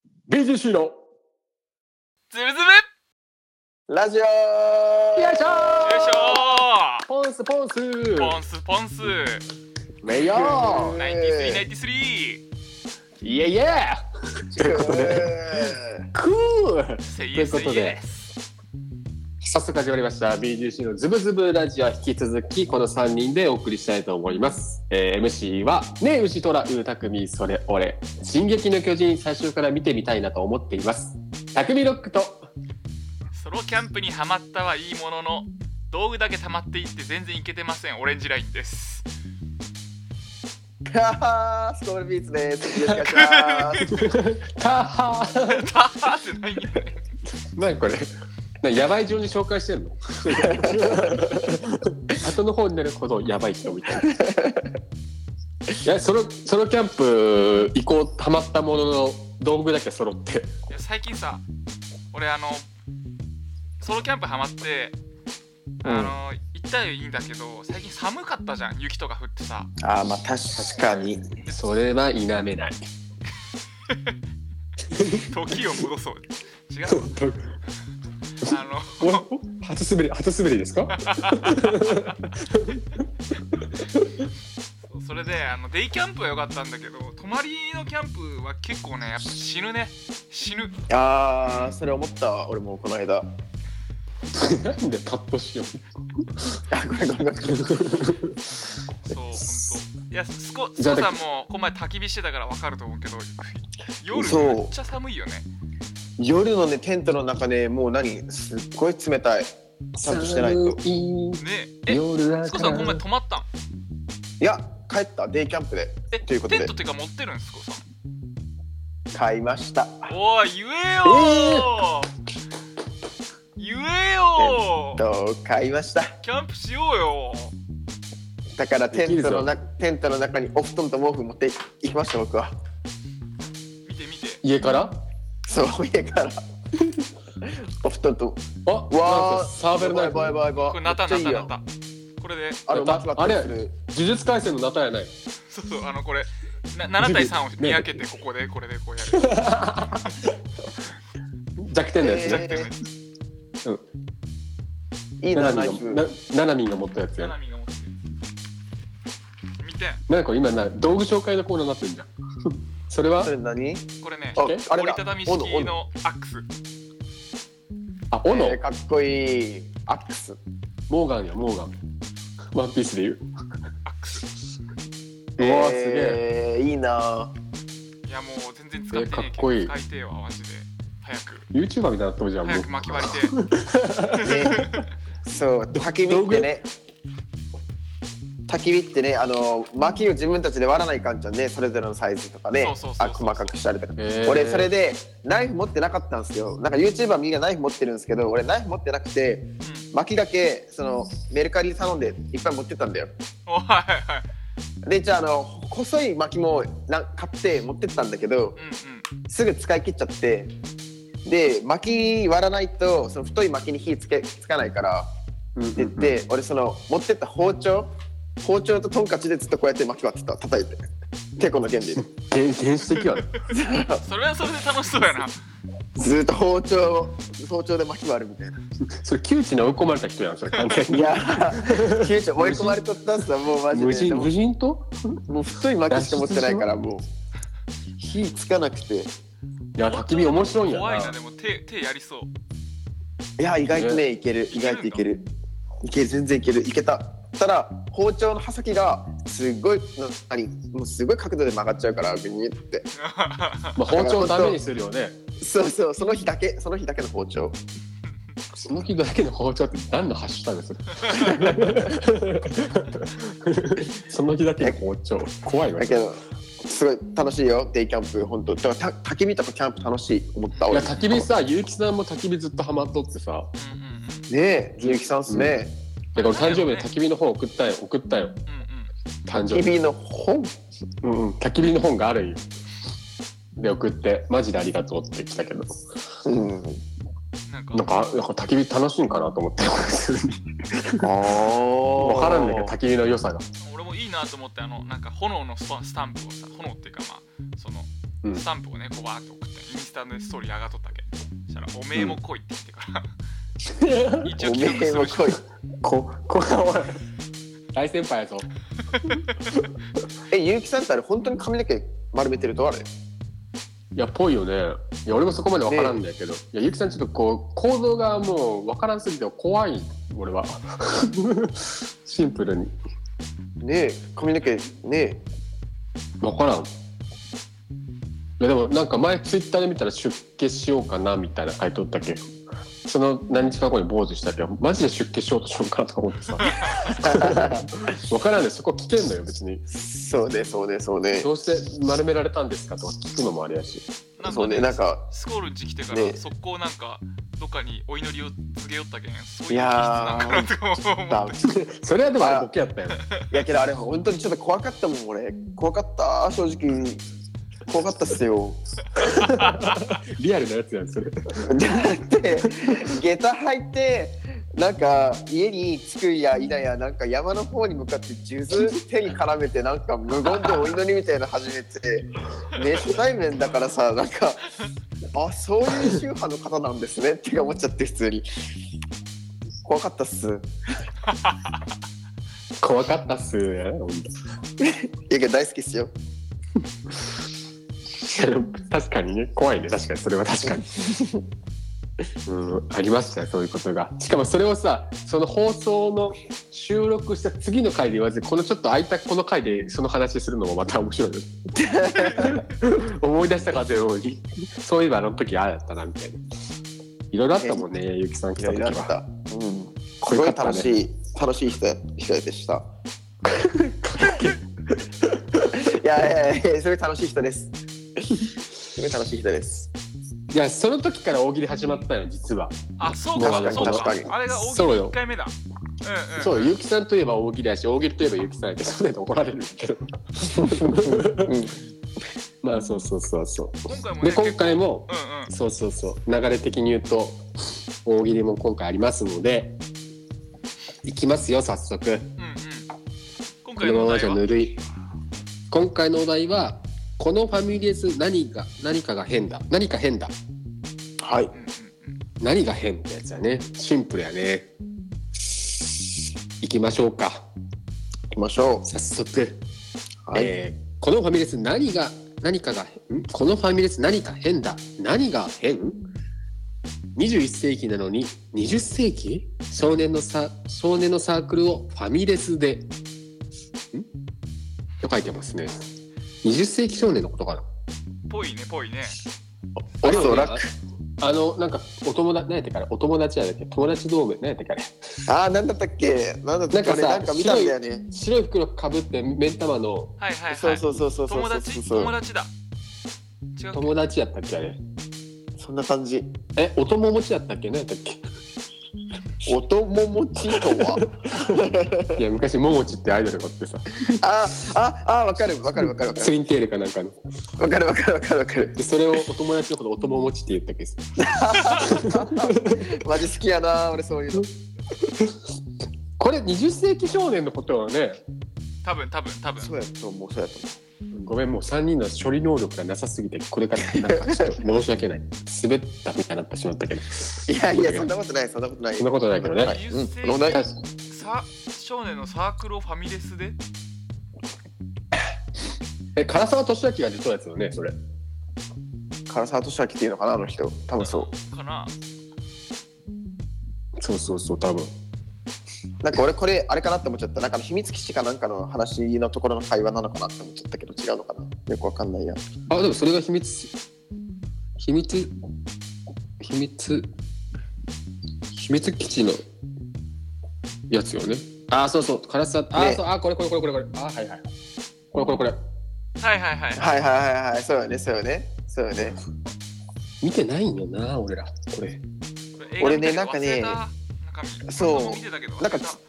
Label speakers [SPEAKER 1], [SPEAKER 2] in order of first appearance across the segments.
[SPEAKER 1] ズブ
[SPEAKER 2] シの
[SPEAKER 1] ズブよ
[SPEAKER 2] ラジオよいしょ
[SPEAKER 1] いしょ
[SPEAKER 2] ポンスポンス
[SPEAKER 1] ポンスポンス
[SPEAKER 2] メイヨー
[SPEAKER 1] ナインティスリーナインティスリー
[SPEAKER 2] イエイエーということで、クー
[SPEAKER 1] セイ
[SPEAKER 2] とい
[SPEAKER 1] エ
[SPEAKER 2] うこ
[SPEAKER 1] スイ
[SPEAKER 2] と
[SPEAKER 1] エ
[SPEAKER 2] で
[SPEAKER 1] ス
[SPEAKER 2] 早速始まりました BGC のズブズブラジオ引き続きこの3人でお送りしたいと思います、えー MC はねえ牛虎うーたくみそれ俺進撃の巨人最初から見てみたいなと思っていますたくみロックと
[SPEAKER 1] ソロキャンプにはまったはいいものの道具だけ溜まっていって全然いけてませんオレンジライン です
[SPEAKER 3] はースコールビーツです。よろしくお願いします。
[SPEAKER 2] たはー
[SPEAKER 1] タッハーってないんだね
[SPEAKER 2] 何これなんかやばい順に紹介して るの後の方になるほどやばい人みたいないやソロソロキャンプ行こうハマったものの道具だけ揃って
[SPEAKER 1] いや最近さ俺あのソロキャンプハマってあの、行ったらいいんだけど最近寒かったじゃん雪とか降ってさ
[SPEAKER 3] あー、まあ確かに。
[SPEAKER 2] それは否めない
[SPEAKER 1] 時を戻そう違う あの
[SPEAKER 2] 初滑り初滑りですか
[SPEAKER 1] そうそれであのデイキャンプは良かったんだけど泊まりのキャンプは結構ねやっぱ死ぬね死ぬ
[SPEAKER 3] あー、それ思ったわ。俺もこの間。あ、
[SPEAKER 2] なんでパッとしよう
[SPEAKER 3] ごめんごめんごめん。
[SPEAKER 1] そうほんといやスコス
[SPEAKER 2] じゃあ
[SPEAKER 1] コさんもこの前焚き火してたから分かると思うけど夜
[SPEAKER 3] そう
[SPEAKER 1] めっちゃ寒いよね
[SPEAKER 3] 夜のね、テントの中ね、もう何、すっごい冷たい。ちゃんとしてないと。
[SPEAKER 2] い
[SPEAKER 1] ねえ
[SPEAKER 2] 夜だ
[SPEAKER 1] スコ
[SPEAKER 2] か
[SPEAKER 1] さん
[SPEAKER 2] ら
[SPEAKER 1] この前泊まったん
[SPEAKER 3] いや、帰った。デイキャンプで
[SPEAKER 1] え
[SPEAKER 3] ということで
[SPEAKER 1] テントっていうか持ってるんスコさん
[SPEAKER 3] 買いました。
[SPEAKER 1] おい言えよー、言えよー
[SPEAKER 3] どう買いました。
[SPEAKER 1] キャンプしようよ
[SPEAKER 3] だからテントのなテントの中にお布団と毛布持って行きました僕は。
[SPEAKER 1] 見て見て
[SPEAKER 2] 家から
[SPEAKER 3] そう家 から。お布団と。
[SPEAKER 2] あ
[SPEAKER 3] わー
[SPEAKER 2] なんかサーベルナイフ
[SPEAKER 3] バイバイバイ。
[SPEAKER 1] これなた
[SPEAKER 3] め
[SPEAKER 1] な
[SPEAKER 3] っちゃい
[SPEAKER 1] た
[SPEAKER 3] いや
[SPEAKER 1] なんたこれで
[SPEAKER 3] あれ、
[SPEAKER 2] な
[SPEAKER 3] バ
[SPEAKER 2] た
[SPEAKER 3] チバチ
[SPEAKER 2] あれ
[SPEAKER 3] する。
[SPEAKER 2] 呪術廻戦のナタやない
[SPEAKER 1] そうそうあのこれな7対3を見分けてここでこれでこうやる
[SPEAKER 2] 弱点のやつ
[SPEAKER 3] え
[SPEAKER 1] じゃなく
[SPEAKER 2] ね、
[SPEAKER 1] てね
[SPEAKER 3] いい
[SPEAKER 2] ナ
[SPEAKER 3] な、
[SPEAKER 2] ナ
[SPEAKER 3] ナイ
[SPEAKER 2] ミン
[SPEAKER 3] フ
[SPEAKER 2] が。なナナミンが持ったやつや
[SPEAKER 1] 七海が持ってる見て
[SPEAKER 2] なんか今な道具紹介のコーナーになってるじゃんそれは
[SPEAKER 3] それ何
[SPEAKER 1] これね
[SPEAKER 3] あ
[SPEAKER 2] え
[SPEAKER 3] あ
[SPEAKER 1] 折
[SPEAKER 3] れ
[SPEAKER 1] り
[SPEAKER 3] だ
[SPEAKER 1] たたみ
[SPEAKER 3] 斧
[SPEAKER 1] 式
[SPEAKER 3] 斧
[SPEAKER 1] のアックス
[SPEAKER 2] あ斧、
[SPEAKER 3] えーかっこいいアックス
[SPEAKER 2] モーガンやモーガンワンピースで言う
[SPEAKER 1] アックス
[SPEAKER 2] うわーすげ
[SPEAKER 3] えーいい ない
[SPEAKER 1] やもう全然使ってねえ
[SPEAKER 2] えかっこいい
[SPEAKER 1] けど使いてえわマジで早く
[SPEAKER 2] YouTuber みたいになってるじゃんも
[SPEAKER 1] 早
[SPEAKER 2] う
[SPEAKER 1] く巻き割りて
[SPEAKER 3] ぁねそう焚き火ってね焚き火ってねあの薪を自分たちで割らないかんじゃんねそれぞれのサイズとかね
[SPEAKER 1] そうそうそうそう
[SPEAKER 3] あ細かくしたりとか、
[SPEAKER 2] へー
[SPEAKER 3] 俺それでナイフ持ってなかったんですよなんか YouTuber みんなナイフ持ってるんですけど俺ナイフ持ってなくて
[SPEAKER 1] うん
[SPEAKER 3] 薪だけそのメルカリに頼んでいっぱい持ってったんだよ
[SPEAKER 1] おはいはいはい
[SPEAKER 3] でじゃああの細い薪もな買って持ってったんだけど、
[SPEAKER 1] うんうん
[SPEAKER 3] すぐ使い切っちゃってで薪割らないとその太い薪に火つけつかないから
[SPEAKER 2] うんうん
[SPEAKER 3] って言って、俺その持ってった包丁包丁とトンカチでずっとこうやって薪割ってた叩いて結構の 原理
[SPEAKER 2] 原原始的やな
[SPEAKER 1] それはそれで楽しそうやな
[SPEAKER 3] ずーっと包丁を包丁で薪割るみたいな
[SPEAKER 2] それ窮地に追い込まれた人やんそれ完全に
[SPEAKER 3] いやー急遽追い込まれとったんすよもうマジ
[SPEAKER 2] 無
[SPEAKER 3] でで
[SPEAKER 2] 人
[SPEAKER 3] も
[SPEAKER 2] 無人と
[SPEAKER 3] もう太い薪しか持ってないからもう火つかなくて
[SPEAKER 2] いや焚き火面白いんやな
[SPEAKER 1] 怖いなでも手手やりそう
[SPEAKER 3] いや意外とねいける意外といけるいける全然いけるいけたただ包丁の刃先がすっごいな何もうすごい角度で曲がっちゃうからグニュって
[SPEAKER 2] まあ、包丁をダメにするよね
[SPEAKER 3] そうそうその日だけその日だけの包丁
[SPEAKER 2] その日だけの包丁って何のハッシュタグするその日だけの包丁怖いわ
[SPEAKER 3] だ
[SPEAKER 2] い
[SPEAKER 3] けどすごい楽しいよデイキャンプ本当だからた焚き火とかキャンプ楽しい思った
[SPEAKER 2] や
[SPEAKER 3] 俺
[SPEAKER 2] 焚き火さ結城さんも焚き火ずっとハマっとってさ
[SPEAKER 1] うんうんうん
[SPEAKER 3] ねえゆうきさんっすね、
[SPEAKER 2] だから俺誕生日に焚き火の本送ったよ送ったよ
[SPEAKER 1] うんうん
[SPEAKER 2] 誕生
[SPEAKER 3] 焚き
[SPEAKER 2] 日
[SPEAKER 3] 火の本
[SPEAKER 2] うんうん焚き火の本があるよで送ってマジでありがとうって来たけど
[SPEAKER 3] うん
[SPEAKER 1] なんか
[SPEAKER 2] なんかなんか焚き火楽しいんかなと思って 分
[SPEAKER 3] ああ
[SPEAKER 2] からんねんけど焚き火の良さ が
[SPEAKER 1] 俺もいいなと思ってあのなんか炎のスタスタンプをさ炎っていうかまあその
[SPEAKER 2] うん
[SPEAKER 1] スタンプをねこうバーって送ってインスタのストーリー上がっとったわけそしたら「おめえも来い」って言ってから一応
[SPEAKER 3] お
[SPEAKER 1] 記
[SPEAKER 3] め
[SPEAKER 1] 録
[SPEAKER 3] え
[SPEAKER 1] す
[SPEAKER 3] も
[SPEAKER 1] る
[SPEAKER 3] 来い。
[SPEAKER 2] こ、こ、おい大先輩やぞ。
[SPEAKER 3] え、ゆうきさんってあれ、本当に髪の毛丸めてるとあれ
[SPEAKER 2] いや、ぽいよね。いや、俺もそこまでわからんだけど。いや、ゆきさんちょっとこう、構造がもうわからんすぎて怖い、俺 は。シンプルに。
[SPEAKER 3] ねえ、髪の毛、ね
[SPEAKER 2] わからん。いや、でもなんか前ツイッターで見たら出家しようかな、みたいな書いとったっけその何日か後に坊主したけど、マジで出家しようとしようかなとか思ってさ。わからんね、そこ聞けんのよ、別に
[SPEAKER 3] え。。そうね、そうね、そうね。
[SPEAKER 2] どうして丸められたんですかとか聞くのもあれやし。
[SPEAKER 1] なん
[SPEAKER 3] そ
[SPEAKER 1] か
[SPEAKER 3] うね、
[SPEAKER 1] ね
[SPEAKER 3] なんか、
[SPEAKER 1] スコールんち来てか
[SPEAKER 3] ね
[SPEAKER 1] ら速攻なんかどっかにお祈りを告げよったけんそういう気質
[SPEAKER 3] い
[SPEAKER 1] な
[SPEAKER 3] や
[SPEAKER 1] んか
[SPEAKER 3] ー
[SPEAKER 1] なとか思う
[SPEAKER 3] だ
[SPEAKER 2] それはでもあれボケやったよね。
[SPEAKER 3] いやけどあれ、本当にちょっと怖かったもん、俺。怖かった、正直。怖かったっすよ。
[SPEAKER 2] リアルなやつやん、それ。
[SPEAKER 3] だって下駄履いてなんか家に着くやいなやなんか山の方に向かって数珠手に絡めてなんか無言でお祈りみたいなの始めてね初対面だからさなんかあそういう宗派の方なんですねって思っちゃって普通に怖かったっす
[SPEAKER 2] 怖かったっすよね、ほんと
[SPEAKER 3] いやけど大好きっすよ
[SPEAKER 2] 確かにね怖いね確かにそれは確か にうんありましたよそういうことがしかもそれをさその放送の収録した次の回で言わずこのちょっと空いたこの回でその話するのもまた面 白いよ思い出したかというようにそういえばあの時ああだったなみたいないろいろあったもんねゆきさん来
[SPEAKER 3] い
[SPEAKER 2] た
[SPEAKER 3] ろい
[SPEAKER 2] 時
[SPEAKER 3] ろあ
[SPEAKER 2] は
[SPEAKER 3] った、うん、すごい楽しい、楽しい人人でした いやいやいやすごい楽しい人ですすごい楽しい人です
[SPEAKER 2] いやその時から大喜利始まったよ実は
[SPEAKER 1] あそうか
[SPEAKER 2] 確かに
[SPEAKER 1] そうか
[SPEAKER 3] 確かに
[SPEAKER 1] あれが大き
[SPEAKER 2] そう
[SPEAKER 1] い
[SPEAKER 2] よ
[SPEAKER 1] 1回目だうんうん
[SPEAKER 2] そうゆきさんといえば大喜利やし大喜利といえばゆきさんやけどそれで怒られるんだ けど
[SPEAKER 3] うん
[SPEAKER 2] まあそうそうそうそう
[SPEAKER 1] 今回も
[SPEAKER 2] で
[SPEAKER 1] ね
[SPEAKER 2] 今回も
[SPEAKER 1] うんうん
[SPEAKER 2] そうそうそう流れ的に言うと大喜利も今回ありますのでいきますよ早速
[SPEAKER 1] うんうん今
[SPEAKER 2] こ
[SPEAKER 1] 回
[SPEAKER 2] の
[SPEAKER 1] の
[SPEAKER 2] ま
[SPEAKER 1] お
[SPEAKER 2] ま
[SPEAKER 1] 題
[SPEAKER 2] じゃ
[SPEAKER 1] は
[SPEAKER 2] ぬるい今回のお題はこのファミレス何が何かが変だ何か変だ
[SPEAKER 3] はい
[SPEAKER 1] うんうんうん
[SPEAKER 2] 何が変ってやつやねシンプルやねいきましょうか
[SPEAKER 3] 行きましょ
[SPEAKER 2] 早速、
[SPEAKER 3] うはい、
[SPEAKER 2] えーこのファミレス何が何かがんこのファミレス何か変だ何が変 ?21 世紀なのに20世紀少年のさ少年のサークルをファミレスでんと書いてますね。20世紀少年のことかな
[SPEAKER 1] ぽいねぽいね
[SPEAKER 3] おそ
[SPEAKER 2] ね
[SPEAKER 3] らく
[SPEAKER 2] ああのなんかお友達何やったっけあれお友達やだっけ友達同盟何やったっけあれ
[SPEAKER 3] あーなんだったっけなんだったっけ俺な
[SPEAKER 2] なんかさ
[SPEAKER 3] んか見たんだよね
[SPEAKER 2] 白い袋かぶって目ん玉の
[SPEAKER 1] はいはいはい
[SPEAKER 3] そうそうそうそうそう
[SPEAKER 1] 友
[SPEAKER 3] そう
[SPEAKER 1] 達
[SPEAKER 3] そ
[SPEAKER 1] 友
[SPEAKER 3] う
[SPEAKER 1] 達だ違う
[SPEAKER 2] 友達やったっけあれ
[SPEAKER 3] そんな感じ
[SPEAKER 2] えお友持ちやったっけ何やったっけ
[SPEAKER 3] お友持ちとは
[SPEAKER 2] いや昔ももちってアイドルがおってさ
[SPEAKER 3] あーああーわかるわかるわかるわか
[SPEAKER 2] ツ
[SPEAKER 3] る
[SPEAKER 2] インテールかなんかの
[SPEAKER 3] わかるわかるわかるわかる
[SPEAKER 2] でそれをお友達のことお友持ちって言ったっけです
[SPEAKER 3] マジ好きやな俺そういうの
[SPEAKER 2] これ20世紀少年のことはね
[SPEAKER 1] 多分多分多分
[SPEAKER 3] そうやと思うそうやと思
[SPEAKER 2] ごめんもう3人の処理能力がなさすぎてこれからなんかちょっと申し訳ない滑ったみたいになってしまったけど
[SPEAKER 3] ういやいやそんなことないそんなことない
[SPEAKER 2] そんなことないけどね、
[SPEAKER 3] は
[SPEAKER 1] 20世紀
[SPEAKER 3] うんない
[SPEAKER 1] さ少年のサークルをファミレスで
[SPEAKER 2] え唐沢俊明が出たやつよねそれ
[SPEAKER 3] 唐沢俊明っていうのかなあの人多分そう
[SPEAKER 1] かな
[SPEAKER 2] そうそうそう多分
[SPEAKER 3] うなんか俺これあれかなって思っちゃったなんか秘密基地かなんかの話のところの会話なのかなって思っちゃったけど違うのかなよくわかんないや
[SPEAKER 2] あでもそれが秘密秘密秘密秘密基地のやつよねあそうそう唐沢あ、
[SPEAKER 3] ね
[SPEAKER 2] そうあこれこれこれこれこれあはいはいこれこれこれ
[SPEAKER 1] はいはいはい
[SPEAKER 3] はいはいはいはいそうよねそうよねそうよね
[SPEAKER 2] 見てないんよな俺らこれ
[SPEAKER 3] 俺ねなんかねそう
[SPEAKER 1] な
[SPEAKER 3] なんん
[SPEAKER 1] か
[SPEAKER 3] か
[SPEAKER 1] 見てたけど忘れた中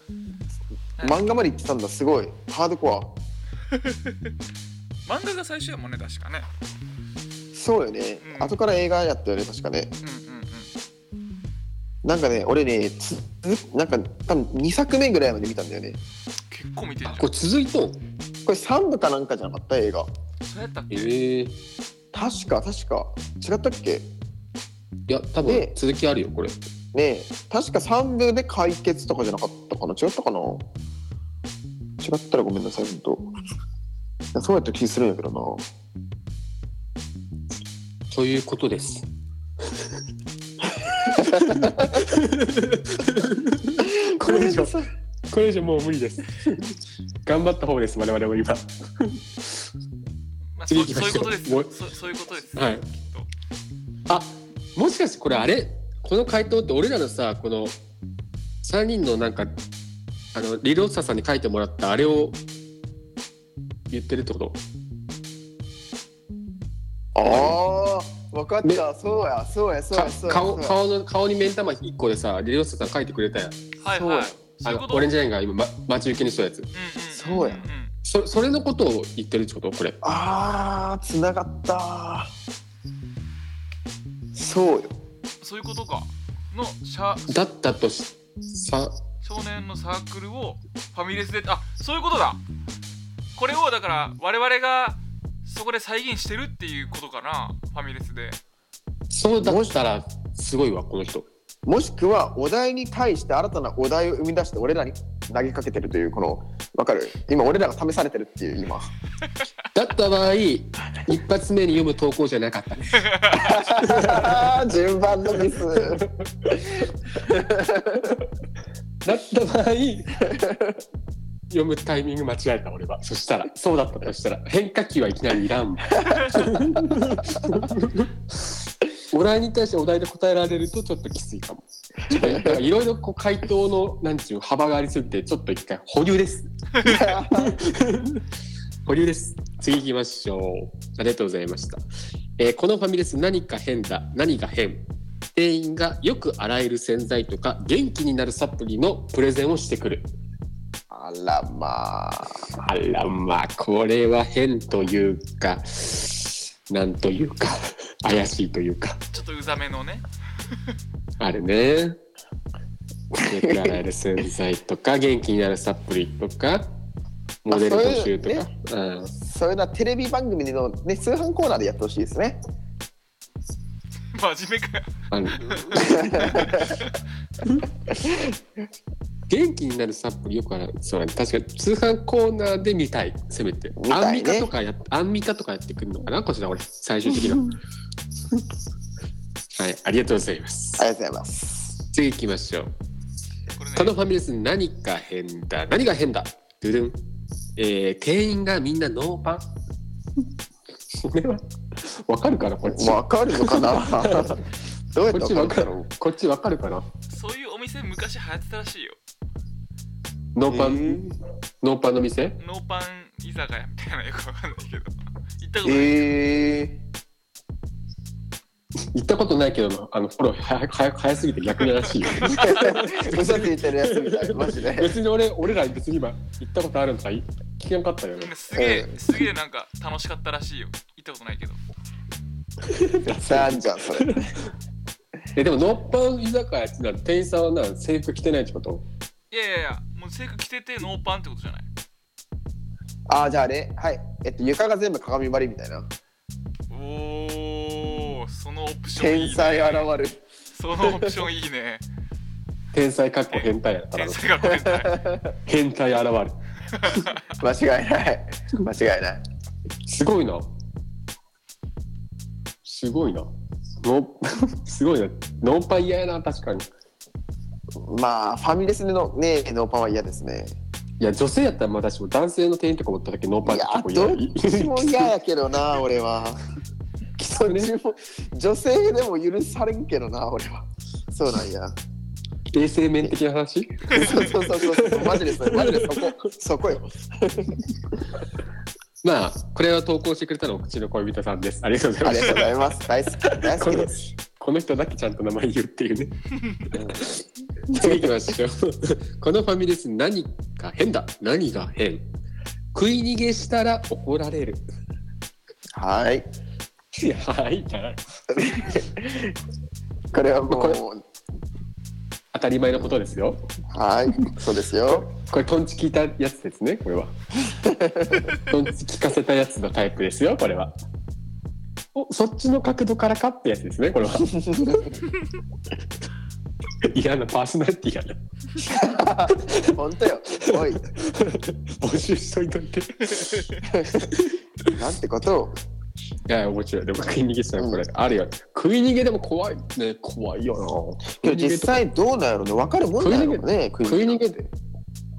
[SPEAKER 3] 漫画まで行ってたんだすごいハードコ
[SPEAKER 1] 漫画が最初やもんね確かね
[SPEAKER 3] アそうよね、
[SPEAKER 1] うん
[SPEAKER 3] 後から映画やったよね確かね
[SPEAKER 1] うんうんうん
[SPEAKER 3] なんかね俺ねつなんか多分2作目ぐらいまで見たんだよね
[SPEAKER 1] 結構見てんじゃ
[SPEAKER 2] あ
[SPEAKER 1] ん
[SPEAKER 2] これ続いとん
[SPEAKER 3] これ3部かなんかじゃなかった映画
[SPEAKER 1] そうやったっけ
[SPEAKER 2] ええ
[SPEAKER 3] 多確か確か違ったっけ
[SPEAKER 2] いや多分
[SPEAKER 3] で
[SPEAKER 2] 続きあるよこれ
[SPEAKER 3] ねえ確か3部で解決とかじゃなかったかな違ったかな違ったらごめんなさいほんといやそうやった気するんやけどな
[SPEAKER 2] ということです これ以上これ以上もう無理です頑張った方です我々も今
[SPEAKER 1] まあ、そ
[SPEAKER 2] 次
[SPEAKER 1] う
[SPEAKER 2] 行きま
[SPEAKER 1] そういう
[SPEAKER 2] しょ
[SPEAKER 1] こと
[SPEAKER 2] う
[SPEAKER 1] です
[SPEAKER 2] もう
[SPEAKER 1] そそういうことです、
[SPEAKER 2] はい
[SPEAKER 1] きっと
[SPEAKER 2] あもしかしてこれあれこの回答って俺らのさこの3人のなんかあのリロッサさんに書いてもらったあれを言ってるってこと
[SPEAKER 3] ああ分かっ
[SPEAKER 2] ね
[SPEAKER 3] たそうやそうやそう
[SPEAKER 2] か
[SPEAKER 3] やそうや
[SPEAKER 2] 顔
[SPEAKER 3] そうや
[SPEAKER 2] 顔の顔に目ん玉1個でさリロッサさん書いてくれたやん
[SPEAKER 1] はい
[SPEAKER 3] そう
[SPEAKER 1] はいそ
[SPEAKER 2] あ
[SPEAKER 1] ういうこ
[SPEAKER 2] の
[SPEAKER 1] と
[SPEAKER 2] オレンジラインが今、ま、待ち受けにしたやつ
[SPEAKER 1] うんうんん
[SPEAKER 3] そうや
[SPEAKER 1] ん
[SPEAKER 2] そそれのことを言ってるってことこれ
[SPEAKER 3] あー繋がったそうよ
[SPEAKER 1] そういうことかのシャ
[SPEAKER 2] だったとしさ
[SPEAKER 1] 少年のサークルをファミレスであそういうことだこれをだから我々がそこで再現してるっていうことかなファミレスで
[SPEAKER 2] そうだったらすごいわこの人
[SPEAKER 3] もしくはお題に対して新たなお題を生み出して俺らに投げかけてるというこの分かる今俺らが試されてるっていう 今
[SPEAKER 2] だった場合一発目に読む投稿じゃなかったね
[SPEAKER 3] 順番のミス
[SPEAKER 2] だった場合 読むタイミング間違えた俺はそしたらそうだったとしたら変化球はいきなりい らんもんお題に対してお題で答えられるとちょっときついかもちょっとなんかいろいろこう回答のなんちゅう幅がありすぎてちょっと一回保留です 保留です次行きましょうありがとうございました、えーこのファミレス何か変だ何が変店員がよく洗える洗剤とか元気になるサプリのプレゼンをしてくる
[SPEAKER 3] あらまあ
[SPEAKER 2] あらまあこれは変というかなんというか 怪しいというか
[SPEAKER 1] ちょっとうざめのね
[SPEAKER 2] あれねよく洗える洗剤とか元気になるサプリとかモデル募集とか、うん、
[SPEAKER 3] そういうのはテレビ番組の、ね、通販コーナーでやってほしいですね
[SPEAKER 1] 真面目かよ
[SPEAKER 2] あの元気になるサプリよくあるそうだね確かに通販コーナーで見たいせめて、
[SPEAKER 3] 見
[SPEAKER 2] ア
[SPEAKER 3] た
[SPEAKER 2] ン
[SPEAKER 3] い
[SPEAKER 2] ミ
[SPEAKER 3] ね
[SPEAKER 2] カとかやアンミカとかやってくるのかなこちら俺最終的 なはいありがとうございます、
[SPEAKER 3] ありがとうございます
[SPEAKER 2] 次行きましょう
[SPEAKER 1] これね
[SPEAKER 2] このファミレス何か変だ何が変だドゥドゥン、えー、店員がみんなノーパン これはわかるかなこっち
[SPEAKER 3] わかるのか などうやっ
[SPEAKER 2] こ
[SPEAKER 3] て
[SPEAKER 2] っ
[SPEAKER 3] わ
[SPEAKER 2] ち
[SPEAKER 3] かるんだ
[SPEAKER 2] わかる
[SPEAKER 3] ろ
[SPEAKER 2] こっちわかるかな
[SPEAKER 1] そういうお店昔流行ってたらしいよ
[SPEAKER 2] ノ
[SPEAKER 3] う
[SPEAKER 2] ーパン、
[SPEAKER 3] え
[SPEAKER 2] ノーパンの店
[SPEAKER 1] ノーパン居酒屋みたいなのよくわかんないけど行ったことない、
[SPEAKER 3] ーえ
[SPEAKER 2] 行ったことないけどあのフォロー早早早すぎて逆に怪しいよ
[SPEAKER 3] ー、嘘ついてるやつみたいマジで
[SPEAKER 2] 別に俺俺ら別に今行ったことあるんとか聞けなかったよね
[SPEAKER 1] みんなすげえ、すげえなんか楽しかったらしいよ行ったことないけど
[SPEAKER 3] なんじゃんそれ
[SPEAKER 2] えでもノーパン居酒屋ってのは店員さんはな制服着てないってこと
[SPEAKER 1] いやいやいやもう制服着ててノーパンってことじゃない
[SPEAKER 3] あーじゃああれはいえっと床が全部鏡張りみたいな
[SPEAKER 1] おおそのオプションいい
[SPEAKER 3] 天
[SPEAKER 1] ね
[SPEAKER 3] 才現る
[SPEAKER 1] そのオプションいい ね。
[SPEAKER 2] 天才かっこ変態やったら
[SPEAKER 1] 天才がこれだね。
[SPEAKER 2] 変態現れる
[SPEAKER 3] 間違いない間違いない
[SPEAKER 2] すごいなすごいなノー すごいなノーパン嫌やな確かに
[SPEAKER 3] まあファミレスでのねノーパンは嫌ですね
[SPEAKER 2] いや女性やったらまだしも男性の店員とかおった時ノー
[SPEAKER 3] い
[SPEAKER 2] パン
[SPEAKER 3] や
[SPEAKER 2] って結
[SPEAKER 3] ど
[SPEAKER 2] 構嫌
[SPEAKER 3] っちも嫌やけどな 俺はどっちも女性でも許されんけどな俺はそうなんや
[SPEAKER 2] 衛生面的な話
[SPEAKER 3] そうそうそうそうそうマジでそれマジでそこそこよ
[SPEAKER 2] まあ、これを投稿してくれたのは、口の恋人さんです。ありがとうござい
[SPEAKER 3] あ
[SPEAKER 2] ま
[SPEAKER 3] りが
[SPEAKER 2] す。
[SPEAKER 3] とうございます大好き大好きです
[SPEAKER 2] この人だけちゃんと名前言うっていうね。 次行きましょう。このファミレス、何か変だ。何が変食い逃げしたら怒られる。
[SPEAKER 3] はい
[SPEAKER 2] いや、はい、じゃない
[SPEAKER 3] これはも
[SPEAKER 2] これ
[SPEAKER 3] う
[SPEAKER 2] 当たり前のことですよ。
[SPEAKER 3] はいそうですよ
[SPEAKER 2] これ、トンチ聞いたやつですね、 これは。トンチ聞かせたやつのタイプですよ、これは。おそっちの角度からかってやつですねこれは嫌なパーソナリティやな
[SPEAKER 3] 本当よおい
[SPEAKER 2] 募集しといと いてい
[SPEAKER 3] なんてことを
[SPEAKER 2] や面白いでも食い逃げしたよこれ、あるよ食い逃げでも怖いね怖いよな
[SPEAKER 3] 今日実際どうなんやろうね分かるもんなんやろうね食
[SPEAKER 2] 食い逃げ
[SPEAKER 3] で
[SPEAKER 2] で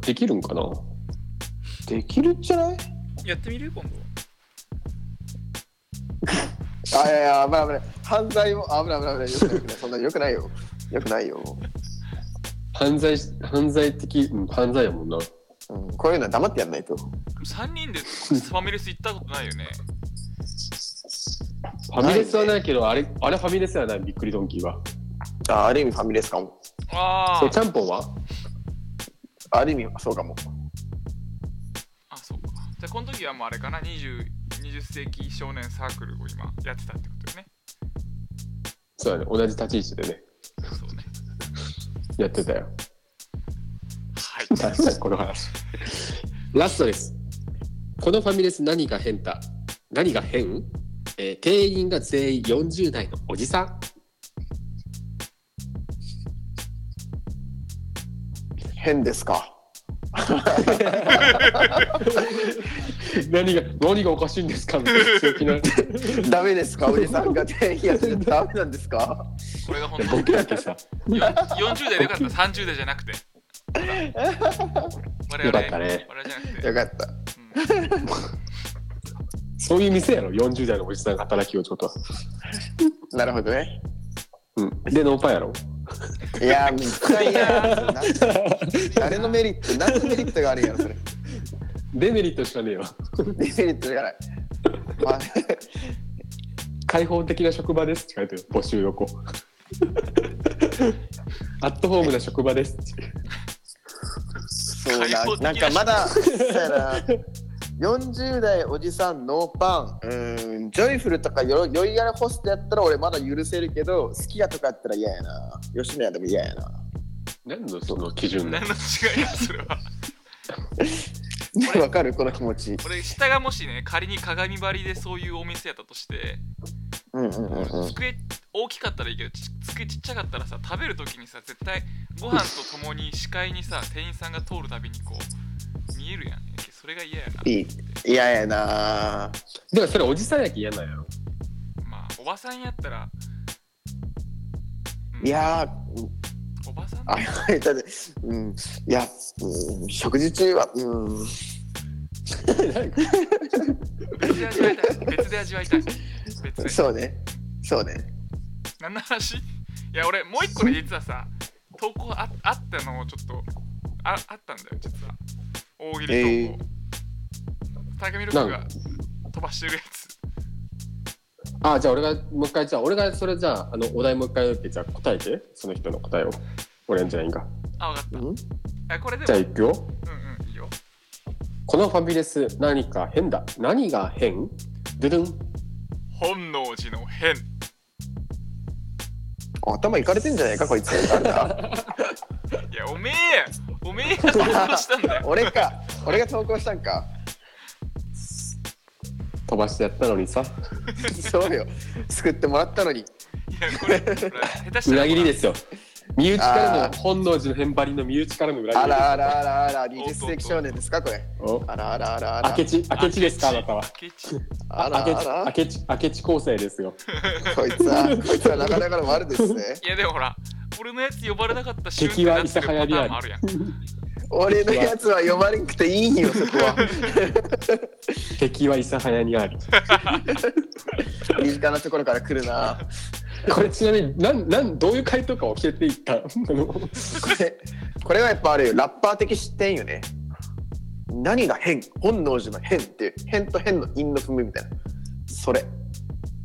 [SPEAKER 2] できるんかな
[SPEAKER 3] できるんじゃない
[SPEAKER 1] やってみる今度
[SPEAKER 3] あいやいや危ない危ない犯罪も危ない危ない危ないよくないよくないそんなよくないよよくないよ、
[SPEAKER 2] 犯罪し犯罪的うん犯罪やもんな
[SPEAKER 3] うん、こういうのは黙ってやんないと
[SPEAKER 1] 3人でファミレス行ったことないよね
[SPEAKER 2] ファミレスはないけどあれあれファミレスやないびっくりドンキーは
[SPEAKER 3] あある意味ファミレスかも
[SPEAKER 1] あ
[SPEAKER 2] え
[SPEAKER 1] ー
[SPEAKER 2] ちゃんぽんは
[SPEAKER 3] ある意味そうかも
[SPEAKER 1] あそうかじゃあこの時はもうあれかな 20, 20世紀少年サークルを今やってたってことよね
[SPEAKER 2] そうやね同じ立ち位置でね
[SPEAKER 1] そうね
[SPEAKER 2] やって たよ
[SPEAKER 1] はい
[SPEAKER 2] 何だこの話ラストですこのファミレス何が変だ何が変、えー店員が全員40代のおじさん
[SPEAKER 3] 変ですか
[SPEAKER 2] 何が何がおかしいんですかみたいな強気な
[SPEAKER 3] ダメですかおじさんが店員やっててダメなんですか
[SPEAKER 1] これが本当
[SPEAKER 2] ボケだけさ
[SPEAKER 1] よ40代でよかった30代じゃなく て我
[SPEAKER 2] よ
[SPEAKER 1] 々
[SPEAKER 2] かっ
[SPEAKER 1] 我々じゃ
[SPEAKER 2] たね
[SPEAKER 1] なくて、
[SPEAKER 3] よかっ
[SPEAKER 1] う
[SPEAKER 3] た
[SPEAKER 1] ん
[SPEAKER 2] そういう店やろ40代のおじさんが働きをちょっとは、
[SPEAKER 3] なるほどね
[SPEAKER 2] うん、でノーパンやろ
[SPEAKER 3] いやー絶対嫌なんですよな誰のメリット何のメリットがあるんやろそれ
[SPEAKER 2] デメリットしかねえよ
[SPEAKER 3] デメリットがない、まあ、
[SPEAKER 2] 開放的な職場ですって書いてる募集横 アットホームな職場ですって
[SPEAKER 3] そう
[SPEAKER 1] 開放的な
[SPEAKER 3] ななんかまだそうやな40代おじさんノーパンうーんジョイフルとかよ酔いがらホストやったら俺まだ許せるけど好きやとかやったら嫌やな吉野家でも嫌やな
[SPEAKER 2] 何のその基準
[SPEAKER 1] 何
[SPEAKER 2] だ
[SPEAKER 1] の違いがそれは
[SPEAKER 3] わかるこの気持ち
[SPEAKER 1] 俺下がもしね仮に鏡張りでそういうお店やったとして
[SPEAKER 3] うんうんうんうん
[SPEAKER 1] 机大きかったらいいけどち机ちっちゃかったらさ食べるときにさ絶対ご飯とともに視界にさ店員さんが通るたびにこう見えるやんそれが嫌やない
[SPEAKER 3] い嫌やな
[SPEAKER 2] でもそれおじさんやき嫌なんやろ
[SPEAKER 1] まあおばさんやったら、うん
[SPEAKER 3] いやー
[SPEAKER 1] おばさん
[SPEAKER 3] あだってうんいや、うん、食事中はうん
[SPEAKER 1] 別で味わいたい別で味わいたい別で
[SPEAKER 3] そうねそうね
[SPEAKER 1] 何の話いや俺もう一個ね実はさ投稿ああったのをちょっとああったんだよ実は大喜利投稿、タイガミルク
[SPEAKER 2] な
[SPEAKER 1] が
[SPEAKER 2] ん
[SPEAKER 1] 飛ばしてるやつ
[SPEAKER 2] あじゃあ俺がもう一回じゃあ俺がそれじゃああのお題もう一回言ってじゃあ答えてその人の答えを俺んじゃないんか
[SPEAKER 1] あ分かった
[SPEAKER 3] うん
[SPEAKER 1] あこれで
[SPEAKER 2] じゃあ
[SPEAKER 1] も
[SPEAKER 2] いくよ
[SPEAKER 1] うんうんいいよ
[SPEAKER 2] このファミレス何か変だ何が変ドゥドゥン
[SPEAKER 1] 本能寺の変
[SPEAKER 3] 頭いかれてんじゃないかこいつ誰だ
[SPEAKER 1] いやおめえやおめえが投稿したんだよ
[SPEAKER 3] 俺か俺が投稿したんか
[SPEAKER 2] 飛ばしてやったのにさ
[SPEAKER 3] そうよ救ってもらったのに
[SPEAKER 1] いやこれほら下手したら
[SPEAKER 2] 裏切りですよ身内から
[SPEAKER 3] あ
[SPEAKER 2] の
[SPEAKER 3] ー
[SPEAKER 2] 本能寺の変張りの身内からの裏切
[SPEAKER 3] あ
[SPEAKER 2] りで
[SPEAKER 3] らあらあらあら20世紀少年ですかこれ
[SPEAKER 2] すよ
[SPEAKER 3] あらあらあらあ
[SPEAKER 2] お
[SPEAKER 3] ら
[SPEAKER 2] 明智明智ですかあなたは
[SPEAKER 1] 明智
[SPEAKER 3] あら
[SPEAKER 2] 明智
[SPEAKER 3] あら
[SPEAKER 2] 明智明智構成ですよ
[SPEAKER 3] こいつはこいつはなかなかの悪ですね
[SPEAKER 1] いやでもほら俺のやつ呼ばれなかった瞬
[SPEAKER 2] 敵
[SPEAKER 1] 間
[SPEAKER 2] は
[SPEAKER 1] なってる
[SPEAKER 2] 諫
[SPEAKER 1] パタ
[SPEAKER 2] 早で
[SPEAKER 1] ー
[SPEAKER 2] あ
[SPEAKER 1] ン
[SPEAKER 2] る
[SPEAKER 1] もあるやん
[SPEAKER 3] 俺のやつは読まれなくていいよそこは
[SPEAKER 2] 敵は諫早にあ り
[SPEAKER 3] 身近なところから来るな
[SPEAKER 2] これちなみになんなんどういう回答か教えていった あの
[SPEAKER 3] これこれはやっぱあれよラッパー的失点よね何が変本能寺の変っていう変と変の因の踏みみたいなそれ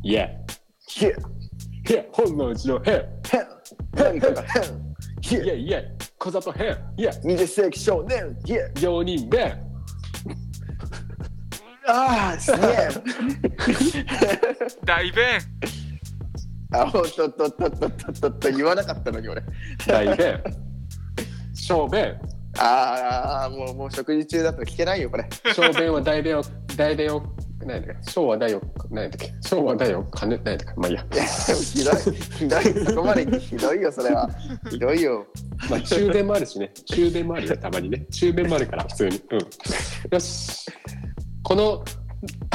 [SPEAKER 2] いや
[SPEAKER 3] いや
[SPEAKER 2] いや本能寺の変
[SPEAKER 3] 変何かが変
[SPEAKER 2] いやいや、小里編、いや、
[SPEAKER 3] 20世紀少年いや
[SPEAKER 2] 4人目。
[SPEAKER 3] ああすげえ
[SPEAKER 1] 大弁
[SPEAKER 3] あおっとっとっとっとっとっとっと言わなかったのに俺
[SPEAKER 2] 大弁。小便。
[SPEAKER 3] あーあーもうもう食事中だったら聞けないよこれ
[SPEAKER 2] 小便は大便を、大便を何だっけ昭和だよ、何だっけ昭和だよ、金、何だっけまあいいや。
[SPEAKER 3] ひどいひどいそこまでひどいよそれはひどいよ
[SPEAKER 2] まあ終電もあるしね、終電もあるよ、たまにね。終電もあるから、普通に。うん。よし。この、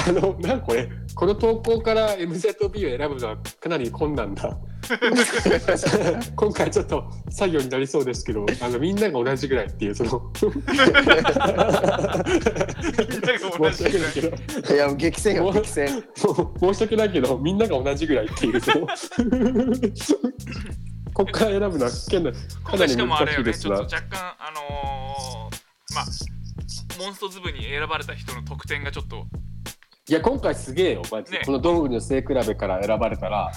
[SPEAKER 2] あの、なんかこれ、この投稿から MZB を選ぶのはかなり困難だ。今回ちょっと作業になりそうですけど、あのみんなが同じぐらいっていう、その、
[SPEAKER 1] みんなが同じぐらい
[SPEAKER 2] 申し訳ないけど
[SPEAKER 3] いや激戦よ激戦
[SPEAKER 2] そう申し訳ないけどみんなが同じぐらいっていうその こっから選ぶのはけんなか
[SPEAKER 1] 今
[SPEAKER 2] な
[SPEAKER 1] 回
[SPEAKER 2] り
[SPEAKER 1] しかもあれ
[SPEAKER 2] 難し
[SPEAKER 1] よ
[SPEAKER 2] いで
[SPEAKER 1] ね、
[SPEAKER 2] す
[SPEAKER 1] ちょっ
[SPEAKER 2] な
[SPEAKER 1] と若干、あのー、まあ、モンストズ部に選ばれた人の得点がちょっと、
[SPEAKER 2] いや今回すげえよマジで、
[SPEAKER 1] ね
[SPEAKER 2] このどんぐりの背比べから選ばれたら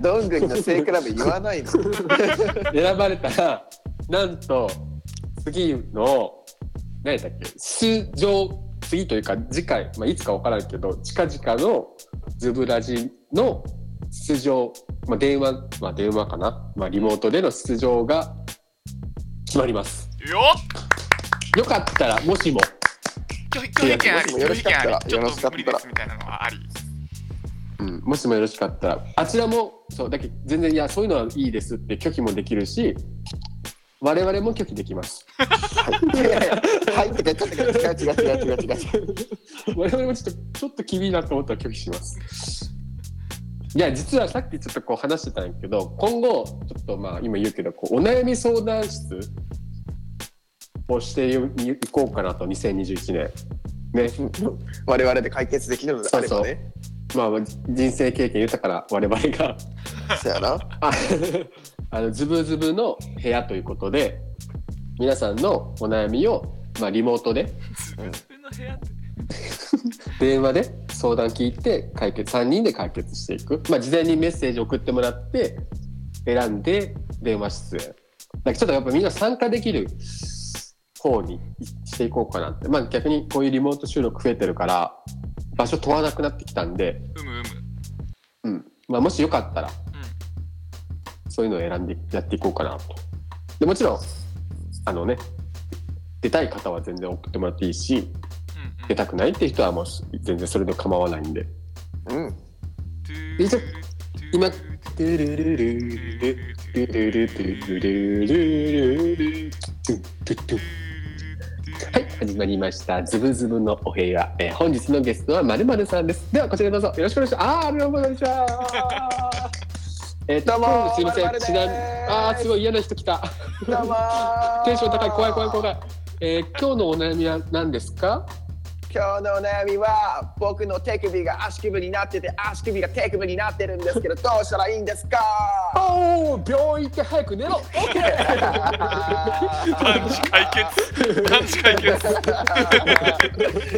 [SPEAKER 3] どんぐりの背比べ言わないの
[SPEAKER 2] 選ばれたらなんと次の何だっけ出場次というか次回、まあ、いつか分からんけど近々のズブラジの出場、まあ、電話、まあ、電話かな、まあ、リモートでの出場が決まります。
[SPEAKER 1] よ
[SPEAKER 2] よかったらもしも
[SPEAKER 1] っ拒否拒否権あり、
[SPEAKER 3] いや
[SPEAKER 1] 拒
[SPEAKER 3] も
[SPEAKER 1] 否
[SPEAKER 3] しも
[SPEAKER 1] 権あり、ち
[SPEAKER 3] よ
[SPEAKER 1] ょ
[SPEAKER 3] ろ
[SPEAKER 1] っ
[SPEAKER 3] しか
[SPEAKER 1] と無
[SPEAKER 3] ったら
[SPEAKER 1] 理ですみたいなのはあり。
[SPEAKER 2] うん、もしもよろしかったらあちらもそうだけど全然いやそういうのはいいですって拒否もできるし我々も拒否できます
[SPEAKER 3] いやいやはいとか言っちゃったけど違う違う違う違う違う
[SPEAKER 2] 我々もちょっとちょっと厳しいなと思ったら拒否しますいや実はさっきちょっとこう話してたんやけど今後ちょっとまあ今言うけどこうお悩み相談室をしていこうかなと2021年ね
[SPEAKER 3] 我々で解決できるのであればね
[SPEAKER 2] まあ人生経験豊かな我々が
[SPEAKER 3] そうやな
[SPEAKER 2] あ あのズブズブの部屋ということで皆さんのお悩みを、まあ、リモートで
[SPEAKER 1] ズブズブの部屋って、
[SPEAKER 2] 電話で相談聞いて解決3人で解決していく、まあ、事前にメッセージ送ってもらって選んで電話出演だからちょっとやっぱみんな参加できる方にしていこうかなって、まあ、逆にこういうリモート収録増えてるから場所問わなくなってきたんで、
[SPEAKER 1] うむうむ。
[SPEAKER 2] うんまあ、もしよかったらそういうのを選んでやっていこうかなと。でもちろんあのね出たい方は全然送ってもらっていいし
[SPEAKER 1] うん、うん、うん。
[SPEAKER 2] 出たくないって人はもう全然それで構わないんで。
[SPEAKER 3] うん
[SPEAKER 1] トゥー
[SPEAKER 2] いざ今
[SPEAKER 1] トゥー
[SPEAKER 2] トゥルルルルルトゥルルルルルルルトゥトゥトゥはい始まりました「ズブズブのお部屋」えー本日のゲストはまるまるさんですではこちらどうぞよろしくお願いしますあーありがとうございましたえーと
[SPEAKER 3] どうもー
[SPEAKER 2] すいません
[SPEAKER 3] まるまるです
[SPEAKER 2] ちなみあーすごい嫌な人来た
[SPEAKER 3] どうもー
[SPEAKER 2] テンション高い怖い怖い怖い。えー、今日のお悩みは何ですか？
[SPEAKER 3] 今日のお悩みは僕の手首が足首になってて足首が手首になってるんですけどどうしたらいいん ですか
[SPEAKER 2] おお、病院行って早く寝ろ。
[SPEAKER 1] パンチ解決パンチ解